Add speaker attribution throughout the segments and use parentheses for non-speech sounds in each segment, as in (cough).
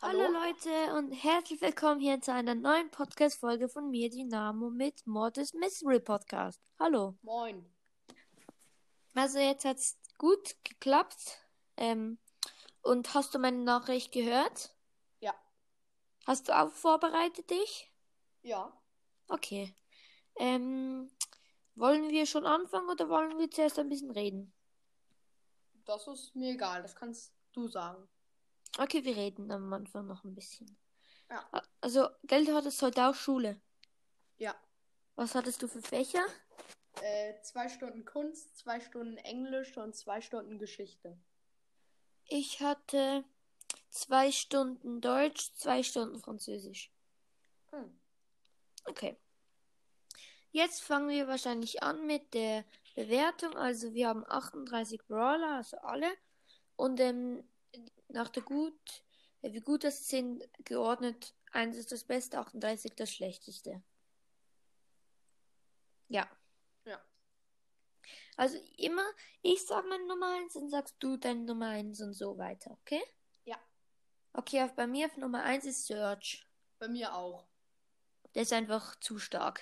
Speaker 1: Hallo Leute und herzlich willkommen hier zu einer neuen Podcast-Folge von mir, Dynamo, mit Mortis Mystery Podcast. Hallo.
Speaker 2: Moin.
Speaker 1: Also jetzt hat's gut geklappt. Ähm, und hast du meine Nachricht gehört?
Speaker 2: Ja.
Speaker 1: Hast du auch vorbereitet dich?
Speaker 2: Ja.
Speaker 1: Okay. Ähm, wollen wir schon anfangen oder wollen wir zuerst ein bisschen reden?
Speaker 2: Das ist mir egal. Das kannst du sagen.
Speaker 1: Okay, wir reden am Anfang noch ein bisschen.
Speaker 2: Ja.
Speaker 1: A- Also, gell, du hattest heute auch Schule.
Speaker 2: Ja.
Speaker 1: Was hattest du für Fächer?
Speaker 2: Äh, zwei Stunden Kunst, zwei Stunden Englisch und zwei Stunden Geschichte.
Speaker 1: Ich hatte zwei Stunden Deutsch, zwei Stunden Französisch.
Speaker 2: Hm.
Speaker 1: Okay. Jetzt fangen wir wahrscheinlich an mit der Bewertung. Also wir haben 38 Brawler, also alle. Und ähm, nach der gut, äh, wie gut das sind, geordnet. 1 ist das Beste, 38 das Schlechteste. Ja.
Speaker 2: Ja.
Speaker 1: Also immer, ich sag meine Nummer 1 und sagst du deine Nummer 1 und so weiter, okay?
Speaker 2: Ja.
Speaker 1: Okay, auf, bei mir auf Nummer 1 ist Search.
Speaker 2: Bei mir auch.
Speaker 1: Der ist einfach zu stark.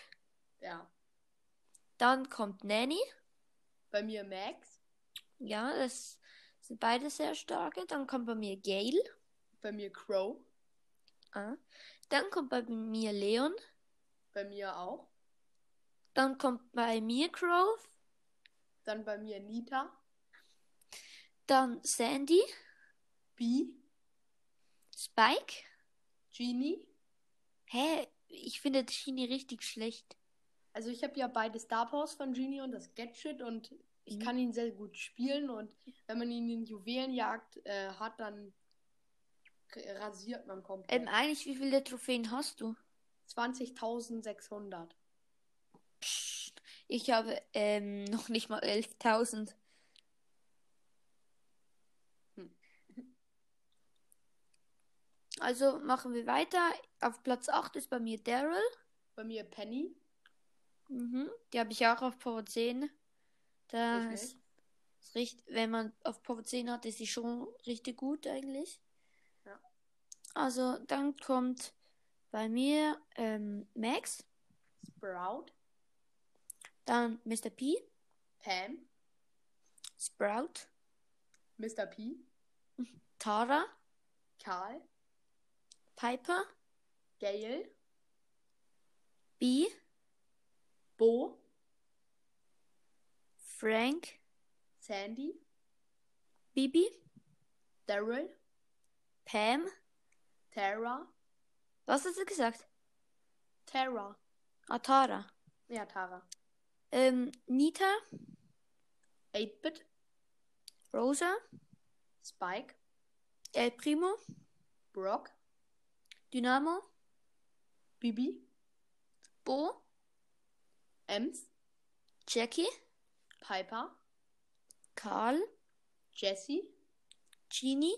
Speaker 2: Ja.
Speaker 1: Dann kommt Nanny.
Speaker 2: Bei mir Max.
Speaker 1: Ja, das sind beide sehr starke. Dann kommt bei mir Gale.
Speaker 2: Bei mir Crow.
Speaker 1: Ah. Dann kommt bei mir Leon.
Speaker 2: Bei mir auch.
Speaker 1: Dann kommt bei mir Crow.
Speaker 2: Dann bei mir Nita.
Speaker 1: Dann Sandy,
Speaker 2: B.
Speaker 1: Spike.
Speaker 2: Genie.
Speaker 1: Hä? Ich finde Chini richtig schlecht.
Speaker 2: Also ich habe ja beide Star Powers von Genie und das Gadget und ich
Speaker 1: Mhm.
Speaker 2: kann ihn sehr gut spielen und wenn man ihn in Juwelenjagd äh, hat, dann k- rasiert man komplett.
Speaker 1: Ähm, eigentlich, wie viele Trophäen hast du?
Speaker 2: 20.600.
Speaker 1: Ich habe ähm, noch nicht mal 11.000.
Speaker 2: Hm.
Speaker 1: Also machen wir weiter. Auf Platz 8 ist bei mir Daryl.
Speaker 2: Bei mir Penny.
Speaker 1: Mhm. Die habe ich auch auf Power 10.
Speaker 2: Ich
Speaker 1: Da
Speaker 2: nicht.
Speaker 1: ist, ist richtig, wenn man auf Power 10 hat, ist sie schon richtig gut eigentlich.
Speaker 2: Ja.
Speaker 1: Also dann kommt bei mir ähm, Max,
Speaker 2: Sprout.
Speaker 1: dann Mr. P,
Speaker 2: Pam.
Speaker 1: Sprout,
Speaker 2: Mr. P.
Speaker 1: Tara,
Speaker 2: Karl.
Speaker 1: Piper,
Speaker 2: Gail.
Speaker 1: B,
Speaker 2: Bo.
Speaker 1: Frank,
Speaker 2: Sandy.
Speaker 1: Bibi,
Speaker 2: Daryl.
Speaker 1: Pam.
Speaker 2: Tara.
Speaker 1: Was hast du gesagt?
Speaker 2: Tara.
Speaker 1: Ah, Tara.
Speaker 2: Ja, Tara.
Speaker 1: Ähm, Nita,
Speaker 2: 8-Bit.
Speaker 1: Rosa,
Speaker 2: Spike.
Speaker 1: El Primo,
Speaker 2: Brock.
Speaker 1: Dynamo,
Speaker 2: Bibi.
Speaker 1: Bo,
Speaker 2: Ems.
Speaker 1: Jackie,
Speaker 2: Piper.
Speaker 1: Karl,
Speaker 2: Jesse.
Speaker 1: Genie,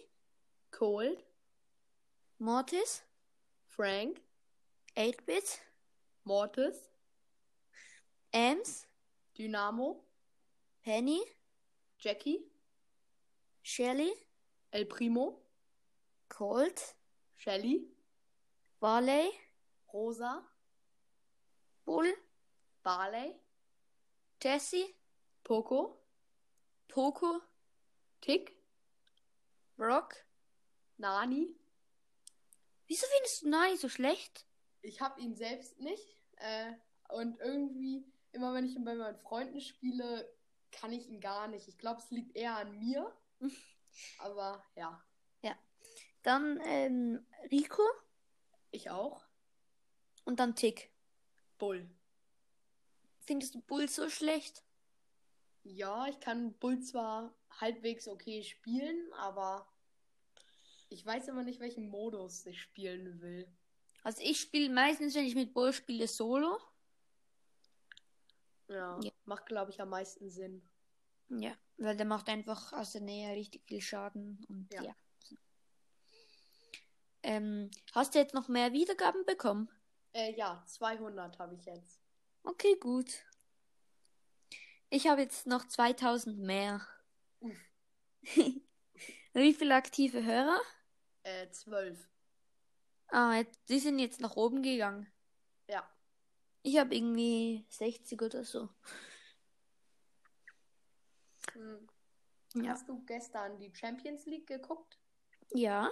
Speaker 2: Cold.
Speaker 1: Mortis,
Speaker 2: Frank.
Speaker 1: 8-Bit,
Speaker 2: Mortis.
Speaker 1: Ems,
Speaker 2: Dynamo.
Speaker 1: Penny,
Speaker 2: Jackie.
Speaker 1: Shelly,
Speaker 2: El Primo.
Speaker 1: Colt,
Speaker 2: Shelly.
Speaker 1: Barley,
Speaker 2: Rosa.
Speaker 1: Bull,
Speaker 2: Barley.
Speaker 1: Jesse,
Speaker 2: Poco.
Speaker 1: Poco,
Speaker 2: Tick.
Speaker 1: Brock.
Speaker 2: Nani.
Speaker 1: Wieso findest du Nani so schlecht?
Speaker 2: ich habe ihn selbst nicht. Äh, und irgendwie, immer wenn ich ihn bei meinen Freunden spiele, kann ich ihn gar nicht. Ich glaube, es liegt eher an (laughs) mir. Aber ja,
Speaker 1: Dann ähm, Rico
Speaker 2: ich auch.
Speaker 1: und dann Tick.
Speaker 2: Bull.
Speaker 1: Findest du Bull so schlecht?
Speaker 2: Ja, ich kann Bull zwar halbwegs okay spielen, aber ich weiß immer nicht, welchen Modus ich spielen will.
Speaker 1: Also ich spiele meistens, wenn ich mit Bull spiele, Solo.
Speaker 2: Ja,
Speaker 1: Ja.
Speaker 2: macht, glaube ich, am meisten Sinn.
Speaker 1: Ja, weil der macht einfach aus der Nähe richtig viel Schaden und ja.
Speaker 2: Ja.
Speaker 1: Ähm, hast du jetzt noch mehr Wiedergaben bekommen?
Speaker 2: Äh, ja, 200 habe ich jetzt.
Speaker 1: Okay, gut. Ich habe jetzt noch 2000 mehr. (laughs)
Speaker 2: Uff.
Speaker 1: Wie viele aktive Hörer?
Speaker 2: Äh, 12.
Speaker 1: Ah, jetzt, die sind jetzt nach oben gegangen.
Speaker 2: Ja.
Speaker 1: Ich habe irgendwie 60 oder so.
Speaker 2: Hm.
Speaker 1: Ja.
Speaker 2: Hast du gestern die Champions League geguckt?
Speaker 1: Ja.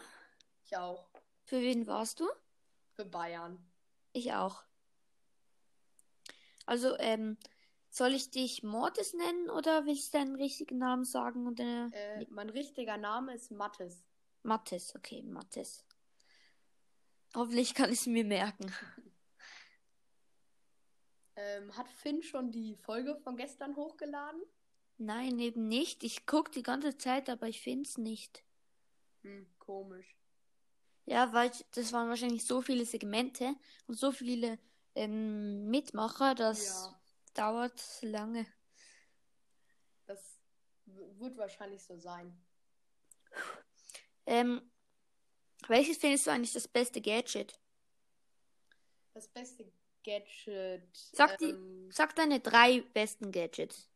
Speaker 2: Ich auch.
Speaker 1: Für wen warst du?
Speaker 2: Für Bayern.
Speaker 1: Ich auch. Also, ähm, soll ich dich Mortis nennen oder willst du deinen richtigen Namen sagen? Und, äh,
Speaker 2: Äh, mein richtiger Name ist Mattes.
Speaker 1: Mathis, okay, Mathis. Hoffentlich kann ich es mir merken.
Speaker 2: Ähm, hat Finn schon die Folge von gestern hochgeladen?
Speaker 1: Nein, eben nicht. Ich gucke die ganze Zeit, aber ich finde es nicht.
Speaker 2: Hm, komisch.
Speaker 1: Ja, weil ich- das waren wahrscheinlich so viele Segmente und so viele ähm, Mitmacher, das
Speaker 2: Ja,
Speaker 1: dauert lange.
Speaker 2: das w- wird wahrscheinlich so sein.
Speaker 1: Ähm, welches findest du eigentlich das beste Gadget?
Speaker 2: Das beste Gadget.
Speaker 1: Sag die-
Speaker 2: ähm,
Speaker 1: Sag deine drei besten Gadgets.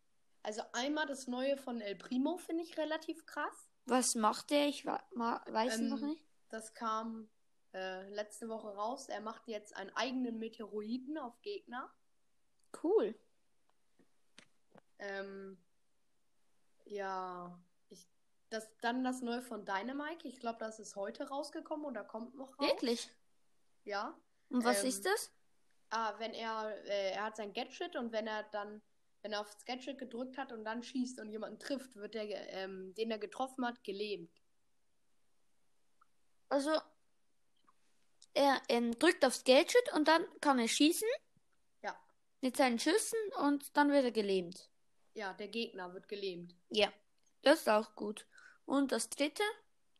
Speaker 2: Also einmal das neue von El Primo finde ich relativ krass.
Speaker 1: Was macht der? Ich wa- ma- weiß es noch
Speaker 2: Ähm,
Speaker 1: nicht.
Speaker 2: Das kam äh, letzte Woche raus. Er macht jetzt einen eigenen Meteoriten auf Gegner.
Speaker 1: Cool.
Speaker 2: Ähm, ja, ich, das, dann das neue von Dynamike. Ich glaube, das ist heute rausgekommen oder kommt noch raus.
Speaker 1: Wirklich?
Speaker 2: Ja.
Speaker 1: Und was
Speaker 2: Ähm,
Speaker 1: ist das?
Speaker 2: Ah, wenn er, äh, er hat sein Gadget und wenn er dann, wenn er aufs Gadget gedrückt hat und dann schießt und jemanden trifft, wird der, ge- ähm, den er getroffen hat, gelähmt.
Speaker 1: Also, er ähm, drückt aufs Gadget und dann kann er schießen.
Speaker 2: Ja.
Speaker 1: Mit seinen Schüssen und dann wird er gelähmt.
Speaker 2: Ja, der Gegner wird gelähmt.
Speaker 1: Ja. Das ist auch gut. Und das dritte?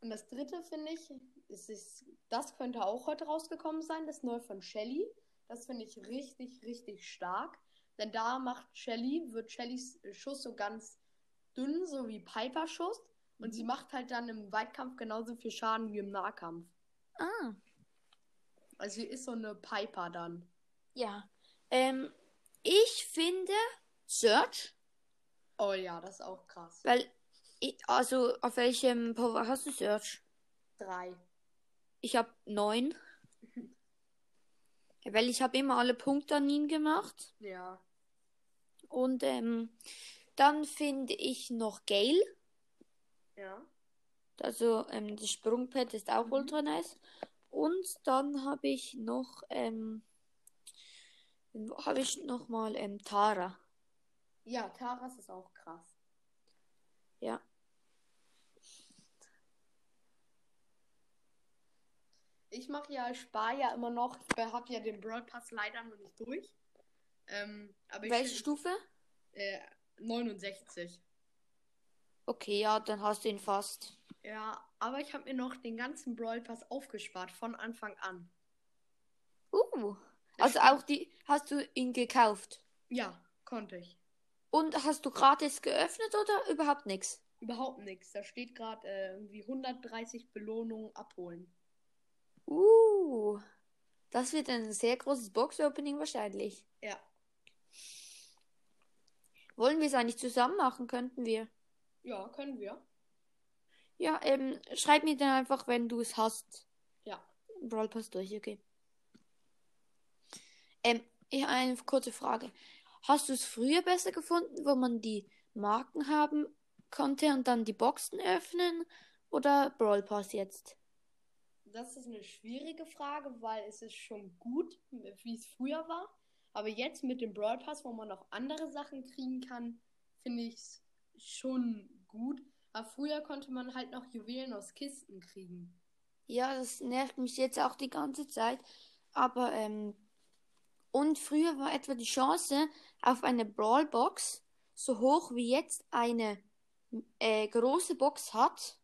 Speaker 2: Und das dritte finde ich, es ist, das könnte auch heute rausgekommen sein, das neue von Shelly. Das finde ich richtig, richtig stark. Denn da macht Shelly, wird Shellys Schuss so ganz dünn, so wie Piper Schuss. Und sie macht halt dann im Weitkampf genauso viel Schaden wie im Nahkampf.
Speaker 1: Ah,
Speaker 2: Also sie ist so eine Piper dann.
Speaker 1: ja. Ähm, ich finde Search,
Speaker 2: Oh ja, das ist auch krass.
Speaker 1: weil, ich, also, auf welchem Power hast du Search?
Speaker 2: Drei.
Speaker 1: Ich habe neun. Weil ich habe immer alle Punkte an ihn gemacht.
Speaker 2: Ja.
Speaker 1: Und ähm, dann finde ich noch Gale.
Speaker 2: Ja.
Speaker 1: Also ähm, das Sprungpad ist auch
Speaker 2: Mhm.
Speaker 1: ultra nice. Und dann habe ich noch ähm, habe ich noch mal ähm, Tara.
Speaker 2: Ja, Taras ist auch krass.
Speaker 1: Ja.
Speaker 2: Ich mache ja, ich spare ja immer noch. Ich habe ja den Brawl Pass leider noch nicht durch. Ähm, aber ich
Speaker 1: Welche Stufe?
Speaker 2: äh, 69.
Speaker 1: Okay, ja, dann hast du ihn fast.
Speaker 2: Ja, aber ich habe mir noch den ganzen Brawl Pass aufgespart von Anfang an.
Speaker 1: Uh. Also auch die hast du ihn gekauft
Speaker 2: Ja, konnte ich.
Speaker 1: und hast du gratis geöffnet oder überhaupt nichts?
Speaker 2: Überhaupt nichts. Da steht gerade äh, irgendwie 130 Belohnungen abholen.
Speaker 1: Uh. Das wird ein sehr großes Box-Opening wahrscheinlich.
Speaker 2: Ja.
Speaker 1: Wollen wir es eigentlich zusammen machen? Könnten wir.
Speaker 2: Ja, können wir.
Speaker 1: Ja, ähm, schreib mir dann einfach, wenn du es hast.
Speaker 2: Ja.
Speaker 1: Brawl Pass durch, okay. Ähm, ich habe eine kurze Frage. Hast du es früher besser gefunden, wo man die Marken haben konnte und dann die Boxen öffnen? Oder Brawl Pass jetzt?
Speaker 2: Das ist eine schwierige Frage, weil es ist schon gut, wie es früher war. Aber jetzt mit dem Brawl Pass, wo man auch andere Sachen kriegen kann, finde ich es schon gut. Aber früher konnte man halt noch Juwelen aus Kisten kriegen.
Speaker 1: Ja, das nervt mich jetzt auch die ganze Zeit. Aber, ähm, und früher war etwa die Chance auf eine Brawl Box so hoch wie jetzt eine äh, große Box hat.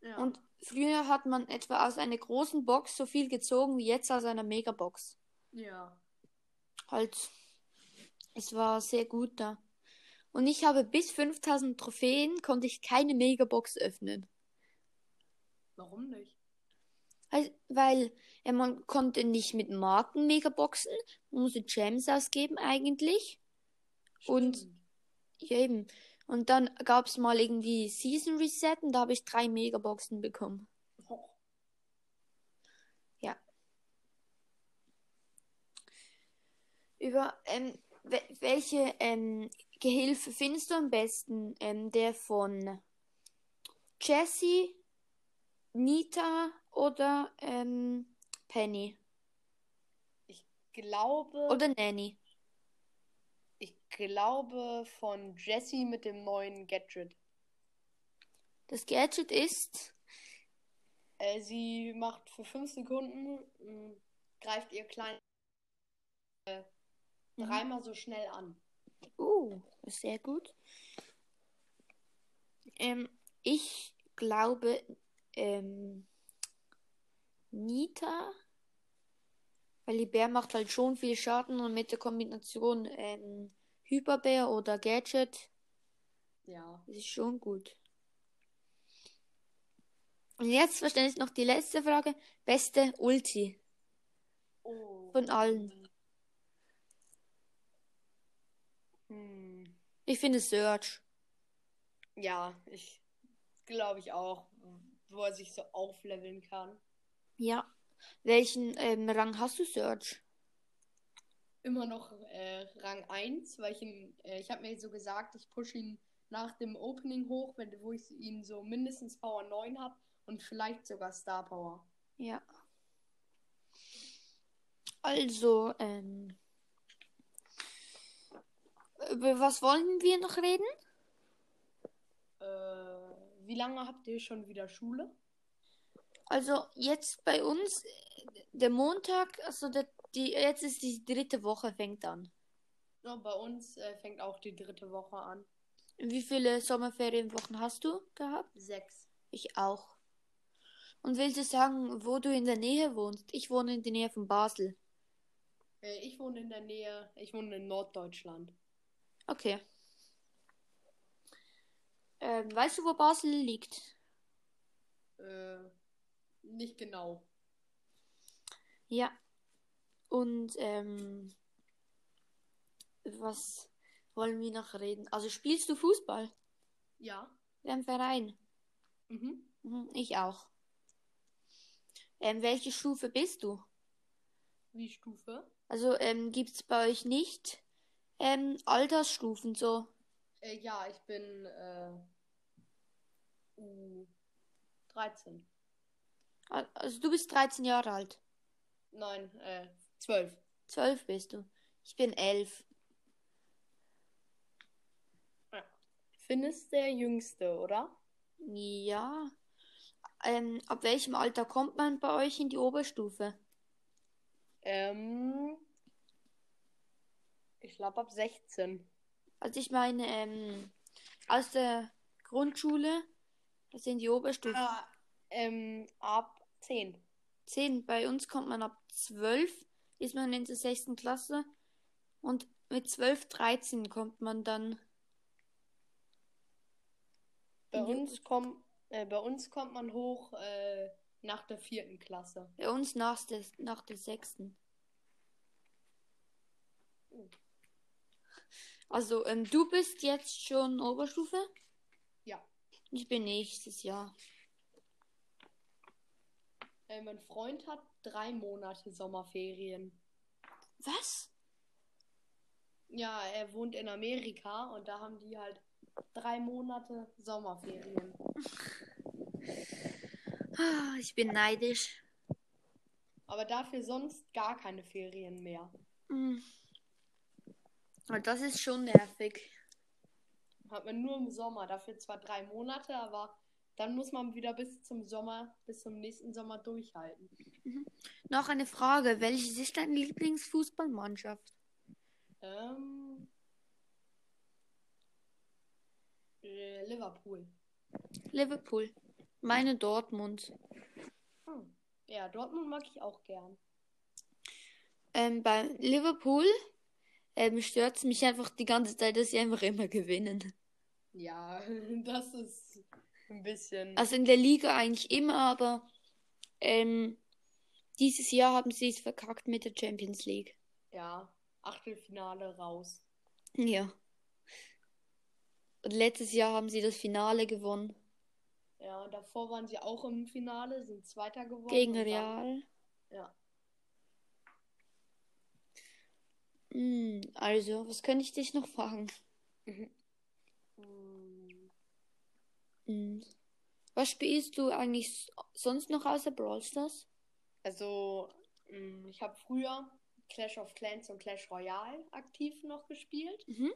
Speaker 2: Ja.
Speaker 1: Und früher hat man etwa aus einer großen Box so viel gezogen wie jetzt aus einer Megabox.
Speaker 2: ja.
Speaker 1: Halt, es war sehr gut da. Und ich habe bis 5000 Trophäen konnte ich keine Megabox öffnen.
Speaker 2: Warum nicht?
Speaker 1: Weil- Weil äh, man konnte nicht mit Marken Megaboxen, man musste Gems ausgeben eigentlich. Und-
Speaker 2: Stimmt.
Speaker 1: Ja, eben. Und dann gab es mal irgendwie Season Reset und da habe ich drei Megaboxen bekommen.
Speaker 2: Oh,
Speaker 1: über ähm, we welche ähm, Gehilfe findest du am besten? Ähm, der von Jesse, Nita oder ähm, Penny
Speaker 2: Glaube,
Speaker 1: oder Nanny?
Speaker 2: ich glaube von Jesse mit dem neuen Gadget.
Speaker 1: Das Gadget ist
Speaker 2: Äh, sie macht für 5 Sekunden, mh, greift ihr klein äh, dreimal so schnell an.
Speaker 1: Uh, ist sehr gut. Ähm, ich glaube, ähm, Nita, weil die Bär macht halt schon viel Schaden und mit der Kombination ähm, Hyperbär oder Gadget
Speaker 2: Ja.
Speaker 1: ist es schon gut. Und jetzt verständlich noch die letzte Frage. Beste Ulti
Speaker 2: Oh.
Speaker 1: von allen.
Speaker 2: Hm.
Speaker 1: Ich finde Search.
Speaker 2: Ja, ich glaube ich auch, wo er sich so aufleveln kann.
Speaker 1: Ja. Welchen ähm, Rang hast du, Search?
Speaker 2: Immer noch äh, Rang 1, weil ich ihn, äh, ich habe mir so gesagt, ich pushe ihn nach dem Opening hoch, wenn, wo ich ihn so mindestens Power 9 habe und vielleicht sogar Star Power.
Speaker 1: Ja. Also, ähm. Über was wollen wir noch reden?
Speaker 2: Äh, wie lange habt ihr schon wieder Schule?
Speaker 1: Also, jetzt bei uns, äh, der Montag, also der, die, jetzt ist die dritte Woche, fängt an.
Speaker 2: Ja, bei uns äh, fängt auch die dritte Woche an.
Speaker 1: Wie viele Sommerferienwochen hast du gehabt?
Speaker 2: Sechs.
Speaker 1: Ich auch. Und willst du sagen, wo du in der Nähe wohnst? Ich wohne in der Nähe von Basel.
Speaker 2: Äh, ich wohne in der Nähe, ich wohne in Norddeutschland.
Speaker 1: Okay. Ähm, weißt du, wo Basel liegt?
Speaker 2: Äh, nicht genau.
Speaker 1: Ja. Und ähm, was wollen wir noch reden? Also spielst du Fußball?
Speaker 2: Ja.
Speaker 1: Wir haben Verein.
Speaker 2: Mhm.
Speaker 1: Mhm, Ich auch. Ähm, welche Stufe bist du?
Speaker 2: Wie Stufe?
Speaker 1: Also ähm, gibt es bei euch nicht ähm, Altersstufen so?
Speaker 2: Äh, ja, ich bin äh, U13.
Speaker 1: Al- Also du bist 13 Jahre alt.
Speaker 2: Nein, äh, 12.
Speaker 1: 12 bist du. Ich bin 11.
Speaker 2: Finn ist der Jüngste, oder?
Speaker 1: Ja. Ähm, ab welchem Alter kommt man bei euch in die Oberstufe?
Speaker 2: Ähm, ich glaube ab 16.
Speaker 1: Also ich meine, ähm, aus der Grundschule, das sind die Oberstufen.
Speaker 2: Ah, ähm, ab 10.
Speaker 1: 10. Bei uns kommt man ab 12, ist man in der 6. Klasse. Und mit 12, 13 kommt man dann.
Speaker 2: Bei
Speaker 1: Ja.
Speaker 2: uns, komm, äh, bei uns kommt man hoch äh, nach der vierten Klasse.
Speaker 1: Bei uns nach der, nach der 6. Also, ähm, du bist jetzt schon Oberstufe?
Speaker 2: Ja.
Speaker 1: Ich bin nächstes Jahr.
Speaker 2: Äh, mein Freund hat drei Monate Sommerferien.
Speaker 1: Was?
Speaker 2: Ja, er wohnt in Amerika und da haben die halt drei Monate Sommerferien.
Speaker 1: Ah, Ich bin neidisch.
Speaker 2: Aber dafür sonst gar keine Ferien mehr.
Speaker 1: Mm. Aber Das ist schon nervig.
Speaker 2: Hat man nur im Sommer. Dafür zwar drei Monate, aber dann muss man wieder bis zum Sommer, bis zum nächsten Sommer durchhalten.
Speaker 1: Noch eine Frage. Welches ist deine Lieblingsfußballmannschaft?
Speaker 2: Ähm, äh, Liverpool.
Speaker 1: Liverpool. Meine Dortmund.
Speaker 2: Hm. Ja, Dortmund mag ich auch gern.
Speaker 1: Ähm, bei Liverpool ähm, stört es mich einfach die ganze Zeit, dass sie einfach immer gewinnen.
Speaker 2: Ja, (laughs) das ist ein bisschen.
Speaker 1: Also in der Liga eigentlich immer, aber ähm, dieses Jahr haben sie es verkackt mit der Champions League.
Speaker 2: ja, Achtelfinale raus.
Speaker 1: Ja. Und letztes Jahr haben sie das Finale gewonnen.
Speaker 2: Ja, und davor waren sie auch im Finale, sind Zweiter geworden.
Speaker 1: Gegen
Speaker 2: und dann-
Speaker 1: Real.
Speaker 2: Ja.
Speaker 1: Hm, also, was könnte ich dich noch fragen?
Speaker 2: Mhm. Hm,
Speaker 1: Hm. Was spielst du eigentlich s- sonst noch außer Brawl Stars?
Speaker 2: Also, hm, ich habe früher Clash of Clans und Clash Royale aktiv noch gespielt.
Speaker 1: Mhm.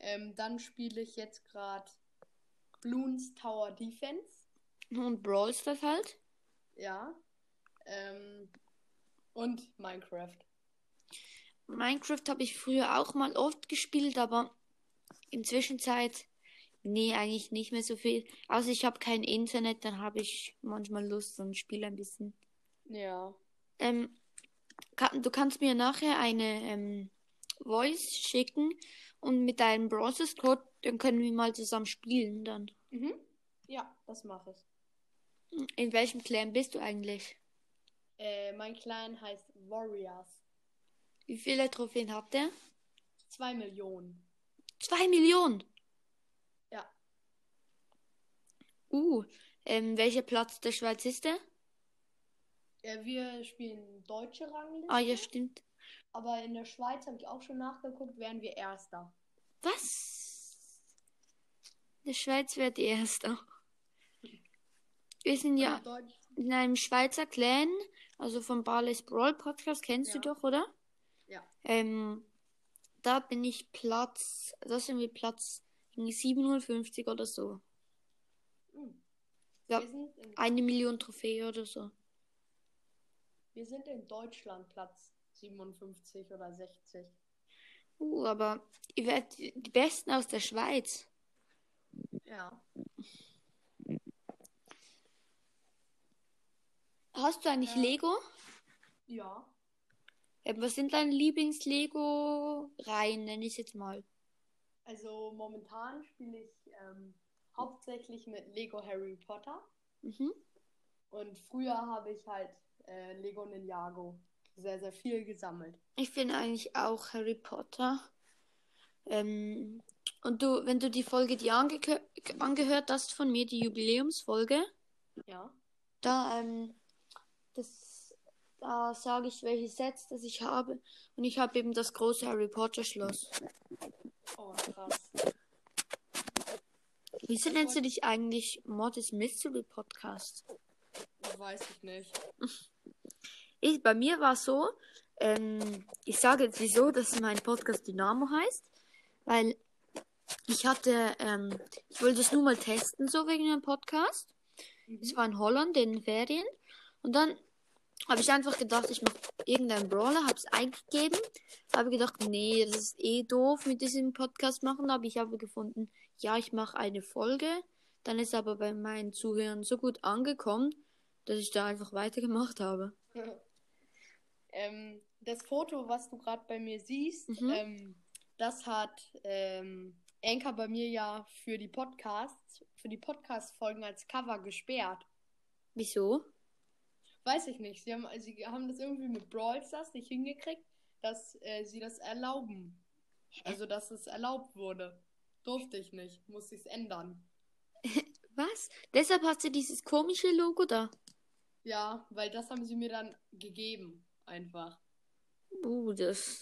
Speaker 2: Ähm, dann spiele ich jetzt gerade Bloons Tower Defense.
Speaker 1: Und Brawl Stars halt?
Speaker 2: Ja. Ähm, und Minecraft.
Speaker 1: Minecraft habe ich früher auch mal oft gespielt, aber inzwischen Zeit, nee, eigentlich nicht mehr so viel. Außer ich habe kein Internet, dann habe ich manchmal Lust und spiele ein bisschen.
Speaker 2: Ja.
Speaker 1: Ähm, kann, du kannst mir nachher eine ähm, Voice schicken und mit deinem Brawl Stars Code, dann können wir mal zusammen spielen dann.
Speaker 2: Mhm. Ja, das mache ich.
Speaker 1: In welchem Clan bist du eigentlich?
Speaker 2: Äh, mein Clan heißt Warriors.
Speaker 1: Wie viele Trophäen habt ihr?
Speaker 2: Zwei Millionen.
Speaker 1: Zwei Millionen!
Speaker 2: Ja.
Speaker 1: Uh, ähm, welcher Platz der Schweiz ist der?
Speaker 2: Äh, wir spielen deutsche Rangliste,
Speaker 1: Ah, ja, stimmt.
Speaker 2: aber in der Schweiz habe ich auch schon nachgeguckt, wären wir Erster.
Speaker 1: Was? Die Schweiz wird die Erste. Wir sind
Speaker 2: Und
Speaker 1: ja
Speaker 2: in Deutsch
Speaker 1: in einem Schweizer Clan, also vom Barley's Brawl Podcast, kennst
Speaker 2: Ja.
Speaker 1: du doch, oder?
Speaker 2: Ja.
Speaker 1: Ähm, da bin ich Platz, das sind wir Platz irgendwie 750 oder so.
Speaker 2: Hm.
Speaker 1: Ja.
Speaker 2: Wir, sind in,
Speaker 1: Eine Million Trophäe oder so.
Speaker 2: wir sind in Deutschland Platz 57 oder 60.
Speaker 1: Uh, aber ihr werdet die Besten aus der Schweiz.
Speaker 2: Ja.
Speaker 1: Hast du eigentlich
Speaker 2: Ja.
Speaker 1: Lego?
Speaker 2: Ja.
Speaker 1: Ähm, was sind deine Lieblings-Lego-Reihen, nenne ich jetzt mal?
Speaker 2: Also momentan spiele ich ähm, hauptsächlich mit Lego Harry Potter.
Speaker 1: Mhm.
Speaker 2: Und früher habe ich halt äh, Lego Ninjago sehr, sehr viel gesammelt.
Speaker 1: Ich bin eigentlich auch Harry Potter. Ähm, und du, wenn du die Folge dir angekö- angehört hast von mir, die Jubiläumsfolge,
Speaker 2: Ja.
Speaker 1: da, ähm, das, da sage ich, welches Set das ich habe. Und ich habe eben das große Harry Potter Schloss.
Speaker 2: Oh, krass.
Speaker 1: Wieso nennst du dich eigentlich Mortis Mystery Podcast?
Speaker 2: Weiß ich nicht. (laughs)
Speaker 1: Ich, bei mir war es so, ähm, ich sage jetzt wieso, dass mein Podcast Dynamo heißt, weil ich hatte, ähm, ich wollte es nur mal testen, so wegen einem Podcast. Es
Speaker 2: Mhm.
Speaker 1: war in Holland in den Ferien. Und dann habe ich einfach gedacht, ich mache irgendeinen Brawler, habe es eingegeben. Habe gedacht, nee, das ist eh doof mit diesem Podcast machen. Aber ich habe gefunden, ja, ich mache eine Folge. Dann ist aber bei meinen Zuhörern so gut angekommen, dass ich da einfach weitergemacht habe.
Speaker 2: ähm, das Foto, was du gerade bei mir siehst,
Speaker 1: Mhm.
Speaker 2: ähm, das hat ähm, Anker bei mir ja für die Podcasts, für die Podcast-Folgen als Cover gesperrt.
Speaker 1: Wieso?
Speaker 2: Weiß ich nicht. Sie haben, also, sie haben das irgendwie mit Brawl Stars nicht hingekriegt, dass äh, sie das erlauben. Also, dass es erlaubt wurde. Durfte ich nicht. Musste ich es ändern.
Speaker 1: Was? Deshalb hast du dieses komische Logo da.
Speaker 2: Ja, weil das haben sie mir dann gegeben. Einfach.
Speaker 1: Uh, das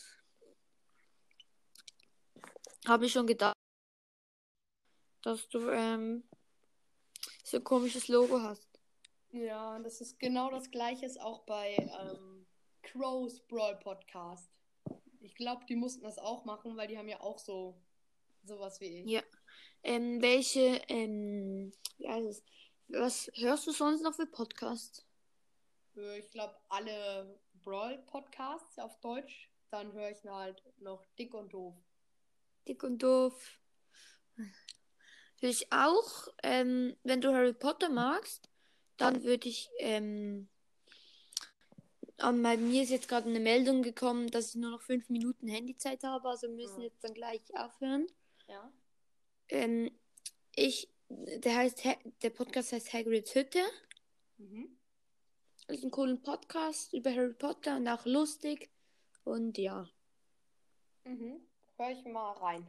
Speaker 1: habe ich schon gedacht, dass du ähm, so ein komisches Logo hast.
Speaker 2: Ja, das ist genau das Gleiche ist auch bei ähm, Crows Brawl Podcast. Ich glaube, die mussten das auch machen, weil die haben ja auch so sowas wie ich.
Speaker 1: Ja. Ähm, welche, ähm, wie heißt es? Was hörst du sonst noch für Podcasts?
Speaker 2: Äh, Ich glaube, alle Brawl Podcasts auf Deutsch. Dann höre ich halt noch Dick und Doof.
Speaker 1: Dick und doof. Hör ich auch, ähm, wenn du Harry Potter magst, dann würde ich, ähm, an bei mir ist jetzt gerade eine Meldung gekommen, dass ich nur noch fünf Minuten Handyzeit habe, also wir müssen
Speaker 2: Ja.
Speaker 1: jetzt dann gleich aufhören.
Speaker 2: Ja.
Speaker 1: Ähm, ich, der heißt, Ha- der Podcast heißt Hagrid's Hütte.
Speaker 2: Mhm.
Speaker 1: Das ist ein cooler Podcast über Harry Potter und auch lustig. Und ja.
Speaker 2: Mhm. Hör ich mal rein.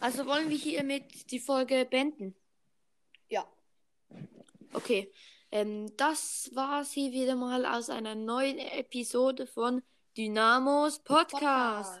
Speaker 1: Also wollen wir hiermit die Folge beenden.
Speaker 2: Ja.
Speaker 1: Okay. Ähm, das war's hier wieder mal aus einer neuen Episode von Dynamos Podcast.
Speaker 2: Podcast.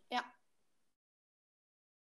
Speaker 2: Ja.